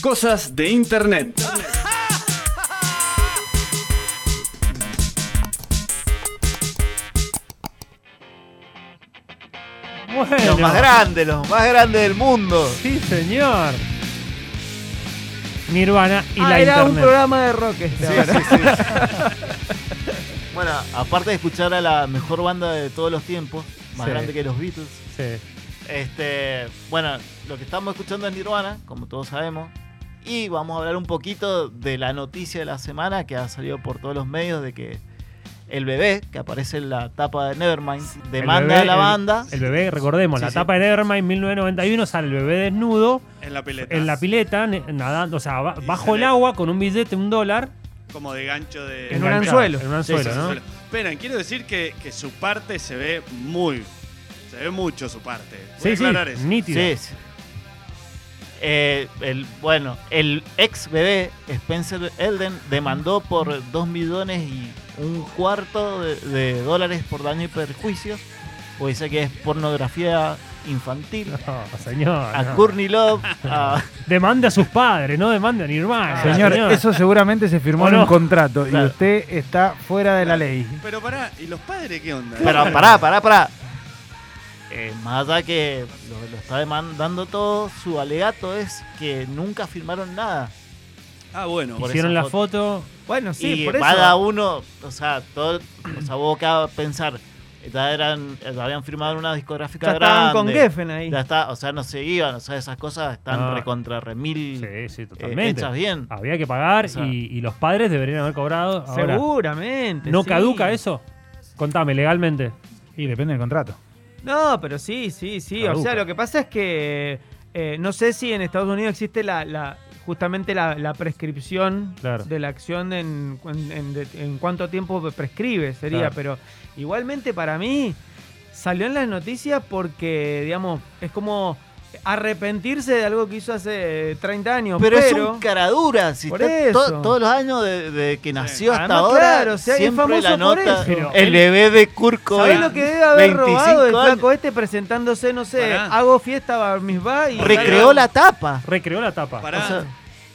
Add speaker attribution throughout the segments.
Speaker 1: cosas de Internet.
Speaker 2: Bueno,
Speaker 3: Los más grandes, los más grandes del mundo.
Speaker 2: sí, señor. Nirvana y
Speaker 4: Ah,
Speaker 2: la
Speaker 4: era un
Speaker 2: internet.
Speaker 4: programa de rock este ahora.
Speaker 3: Bueno, aparte de escuchar a la mejor banda de todos los tiempos, más
Speaker 2: Sí.
Speaker 3: grande que los Beatles,
Speaker 2: Sí.
Speaker 3: este, bueno, lo que estamos escuchando es Nirvana, como todos sabemos, y vamos a hablar un poquito de la noticia de la semana que ha salido por todos los medios de que el bebé, que aparece en la tapa de Nevermind, demanda
Speaker 2: bebé,
Speaker 3: a la
Speaker 2: el-
Speaker 3: banda.
Speaker 2: El bebé, recordemos,
Speaker 3: Sí,
Speaker 2: la
Speaker 3: sí.
Speaker 2: tapa de Nevermind en 1991 sale el bebé desnudo
Speaker 1: En la peleta.
Speaker 2: en la pileta, ne- nadando, o sea, ba-
Speaker 1: Y
Speaker 2: bajo
Speaker 1: sale.
Speaker 2: el agua con un billete, un dólar.
Speaker 1: Como de gancho de.
Speaker 4: En un
Speaker 2: enganchado,
Speaker 4: anzuelo.
Speaker 2: En un
Speaker 3: Sí, sí,
Speaker 2: anzuelo,
Speaker 3: sí,
Speaker 2: ¿no?
Speaker 1: Pero quiero decir que, que su parte se ve muy. Se ve mucho su parte. Voy a
Speaker 2: Sí, sí,
Speaker 1: aclarar eso.
Speaker 2: nítido.
Speaker 3: Sí, sí. Eh, el, bueno, el ex bebé Spencer Elden demandó por 2 millones y un cuarto de, de dólares por daño y perjuicios, o dice que es pornografía infantil.
Speaker 2: No, señor.
Speaker 3: A
Speaker 2: Ah, no.
Speaker 3: Courtney Love, a-
Speaker 2: Demande a sus padres, no demande a Nirvana.
Speaker 4: Señor, eso seguramente se firmó
Speaker 2: ¿O
Speaker 4: en
Speaker 2: no?
Speaker 4: un contrato y
Speaker 3: Claro.
Speaker 4: usted está fuera de la ley.
Speaker 1: Pero pará, ¿y los padres qué onda?
Speaker 3: Pero pará, pará, pará. Eh, más allá que lo, lo está demandando todo, su alegato es que nunca firmaron nada.
Speaker 1: Ah, bueno.
Speaker 3: por
Speaker 2: Hicieron
Speaker 3: esa
Speaker 2: la foto.
Speaker 4: Bueno, sí,
Speaker 3: y
Speaker 4: por eso.
Speaker 3: cada uno, o sea, todo, o sea, vos acá pensar, ya eran, ya habían firmado en una discográfica
Speaker 4: ya
Speaker 3: grande.
Speaker 4: estaban con Geffen ahí.
Speaker 3: Ya está, o sea, no se iban, o sea, esas cosas están
Speaker 2: Ah.
Speaker 3: recontra remil eh,
Speaker 2: Sí, sí, totalmente.
Speaker 3: hechas bien.
Speaker 4: Ah,
Speaker 2: Había que pagar
Speaker 3: O sea.
Speaker 2: y, y los padres deberían haber cobrado. Ahora,
Speaker 4: Seguramente.
Speaker 2: ¿No
Speaker 4: sí.
Speaker 2: caduca eso? Contame, legalmente.
Speaker 5: Y depende del contrato.
Speaker 4: No, pero sí, sí, sí. O
Speaker 2: Caduca.
Speaker 4: sea, lo que pasa es que eh, no sé si en Estados Unidos existe la, la- justamente la, la prescripción
Speaker 2: Claro.
Speaker 4: de la acción en, en- en- de- en cuánto tiempo prescribe, sería.
Speaker 2: Claro.
Speaker 4: Pero igualmente para mí salió en las noticias porque, digamos, es como arrepentirse de algo que hizo hace 30 años.
Speaker 3: Pero
Speaker 4: Pero,
Speaker 3: es un caradura, si
Speaker 4: Por
Speaker 3: está to-
Speaker 4: eso.
Speaker 3: todos los años de, de que nació hasta
Speaker 4: Además,
Speaker 3: ahora,
Speaker 4: claro, o sea, es
Speaker 3: siempre la
Speaker 4: famoso por
Speaker 3: nota,
Speaker 4: eso.
Speaker 3: el bebé de Kurt
Speaker 4: ¿Sabés
Speaker 3: Cobain,
Speaker 4: lo que debe haber
Speaker 3: 25
Speaker 4: robado el
Speaker 3: años.
Speaker 4: flaco este presentándose, no sé,
Speaker 1: Pará.
Speaker 4: hago fiesta bar mis va y...
Speaker 3: recreó la tapa.
Speaker 2: Recreó la tapa.
Speaker 1: Pará.
Speaker 3: O sea-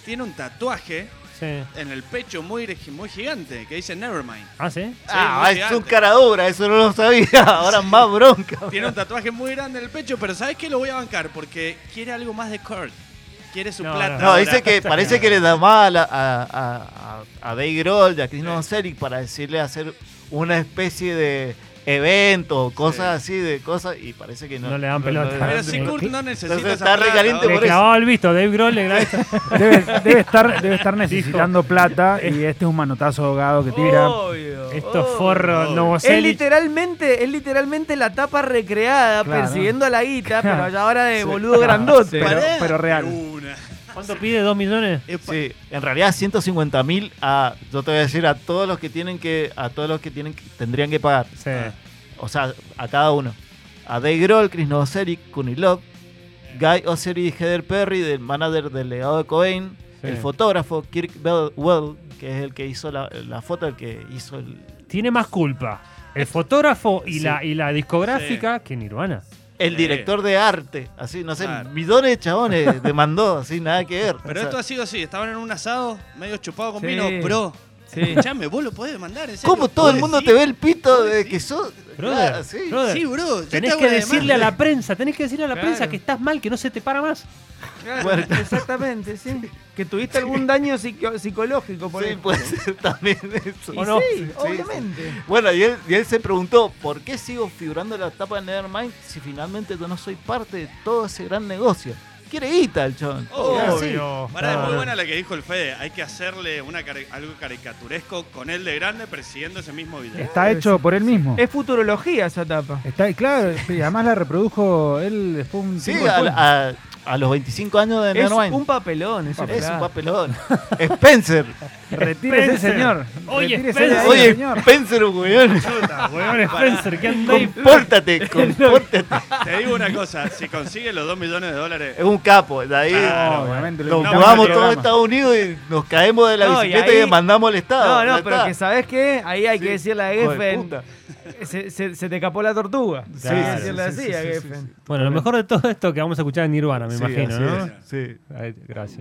Speaker 1: Tiene un tatuaje
Speaker 2: Sí.
Speaker 1: en el pecho muy, gre- muy gigante que dice Nevermind.
Speaker 2: Ah, sí.
Speaker 1: Sí,
Speaker 3: Ah,
Speaker 1: muy
Speaker 3: es un
Speaker 1: gigante.
Speaker 3: caradura, eso no lo sabía, ahora más bronca.
Speaker 1: Tiene un tatuaje muy grande en el pecho, pero ¿sabes qué? Lo voy a bancar porque quiere algo más de Kurt. Quiere su
Speaker 2: No,
Speaker 1: plata.
Speaker 3: No,
Speaker 1: ahora.
Speaker 3: dice que parece que le llamaba a, la- a, a, a- a Dave Grohl y a Chris
Speaker 1: Sí.
Speaker 3: Novoselic para decirle hacer una especie de evento, cosas así, de cosas, y parece que no.
Speaker 2: No le dan pelota.
Speaker 1: Pero si Kurt no
Speaker 3: Entonces
Speaker 1: necesita
Speaker 3: está
Speaker 1: esa
Speaker 3: recaliente
Speaker 1: plata.
Speaker 2: Le
Speaker 3: por eso.
Speaker 2: clavaba el visto, Dave Grohl le grababa-
Speaker 5: Debe, debe estar, debe estar necesitando plata
Speaker 3: Eh.
Speaker 5: y este es un manotazo ahogado que tira.
Speaker 4: Obvio,
Speaker 2: Estos
Speaker 3: Oh,
Speaker 4: obvio.
Speaker 2: forros
Speaker 1: no.
Speaker 2: no
Speaker 4: Es literalmente, es literalmente la tapa recreada
Speaker 5: Claro.
Speaker 4: persiguiendo a la guita, pero allá ahora de
Speaker 5: Sí.
Speaker 4: boludo grandote.
Speaker 5: Pero,
Speaker 3: Eh.
Speaker 1: Pará,
Speaker 5: pero real.
Speaker 1: Una.
Speaker 2: ¿Cuánto pide? ¿Dos millones?
Speaker 3: Sí, en realidad 150 mil a, yo te voy a decir, a todos los que tienen que, a todos los que tienen que- tendrían que pagar.
Speaker 2: Sí.
Speaker 3: O sea, a cada uno. A Dave Grohl, Chris Novoselic, Courtney Love, Guy Osiri y Heather Perry, del manager del legado de Cobain,
Speaker 2: Sí.
Speaker 3: el fotógrafo Kirk Bellwell, que es el que hizo la, la foto, el que hizo el...
Speaker 2: Tiene más culpa. El fotógrafo y,
Speaker 3: Sí.
Speaker 2: la, y la discográfica que Nirvana.
Speaker 3: el
Speaker 1: Sí.
Speaker 3: director de arte, así, no sé,
Speaker 1: Claro.
Speaker 3: millones de chabones demandó, así, nada que ver. O
Speaker 1: Pero
Speaker 3: sea,
Speaker 1: esto ha sido así, estaban en un asado, medio chupado con
Speaker 4: Sí.
Speaker 1: vino, bro.
Speaker 4: Sí.
Speaker 1: Escuchame, vos lo podés mandar, en serio.
Speaker 3: ¿Cómo todo el
Speaker 1: ¿Vos
Speaker 3: mundo te
Speaker 1: decís?
Speaker 3: ve el pito
Speaker 1: ¿Vos
Speaker 3: de
Speaker 1: decís?
Speaker 3: que sos?
Speaker 2: Brother,
Speaker 3: Ah, sí.
Speaker 2: brother,
Speaker 1: Sí, bro. yo te
Speaker 2: tenés
Speaker 1: hago
Speaker 2: que
Speaker 1: de
Speaker 2: decirle a
Speaker 1: demanda.
Speaker 2: la prensa, tenés que decirle a la
Speaker 4: Claro.
Speaker 2: prensa que estás mal, que no se te para más.
Speaker 4: Claro,
Speaker 3: Bueno.
Speaker 4: Exactamente, sí. Que tuviste algún daño psico- psicológico por
Speaker 3: Sí,
Speaker 4: eso.
Speaker 3: puede ser también eso.
Speaker 4: Y
Speaker 2: ¿o no?
Speaker 4: sí,
Speaker 3: Sí, sí.
Speaker 4: obviamente.
Speaker 3: Bueno, y él, y él se preguntó, ¿por qué sigo figurando en la tapa de Nevermind si finalmente yo no soy parte de todo ese gran negocio? Quiere guita el chabón.
Speaker 4: Oh,
Speaker 1: Obvio.
Speaker 3: Sí.
Speaker 2: No,
Speaker 1: Pará, es muy
Speaker 2: no.
Speaker 1: buena la que dijo el Fede. Hay que hacerle una cari- algo caricaturesco con él de grande persiguiendo ese mismo video.
Speaker 5: Está hecho por él mismo.
Speaker 4: Es futurología esa tapa.
Speaker 5: Está, y claro, y además la reprodujo él después un
Speaker 3: Sí,
Speaker 5: tiempo
Speaker 3: a,
Speaker 5: después.
Speaker 3: a- a los 25 años de
Speaker 4: Es
Speaker 3: Nevermind.
Speaker 4: un papelón, eso,
Speaker 3: es un
Speaker 4: claro.
Speaker 3: papelón. Spencer.
Speaker 5: Retírese,
Speaker 2: Spencer.
Speaker 5: señor.
Speaker 2: Oye,
Speaker 5: Retírese de ahí,
Speaker 2: Spencer.
Speaker 3: Oye,
Speaker 5: señor.
Speaker 3: Spencer, weón.
Speaker 2: Weón Spencer, que anda ahí.
Speaker 3: Compórtate, compórtate.
Speaker 1: Te digo una cosa, si consigue los 2 millones de dólares,
Speaker 3: Es un capo. De ahí
Speaker 1: Claro,
Speaker 5: Obviamente,
Speaker 3: nos
Speaker 5: lo
Speaker 1: no,
Speaker 5: invitamos
Speaker 3: vamos
Speaker 5: al
Speaker 3: todos a
Speaker 5: programa.
Speaker 3: Estados Unidos y nos caemos de la
Speaker 4: No, y
Speaker 3: bicicleta y,
Speaker 4: ahí-
Speaker 3: demandamos al Estado.
Speaker 4: No,
Speaker 3: Ya
Speaker 4: no, pero
Speaker 3: está.
Speaker 4: que sabes qué, ahí hay
Speaker 3: Sí.
Speaker 4: que decirle a
Speaker 3: Hijo de
Speaker 4: Geffen,
Speaker 3: puta.
Speaker 4: se, se- se te escapó la tortuga.
Speaker 3: Sí,
Speaker 4: Hay que
Speaker 2: Claro.
Speaker 4: decirle así a Geffen.
Speaker 2: Bueno, lo mejor de todo esto que vamos a escuchar en Nirvana, me
Speaker 3: Sí,
Speaker 2: imagino,
Speaker 3: así
Speaker 2: ¿no?
Speaker 3: es. Sí.
Speaker 2: Ay, Gracias.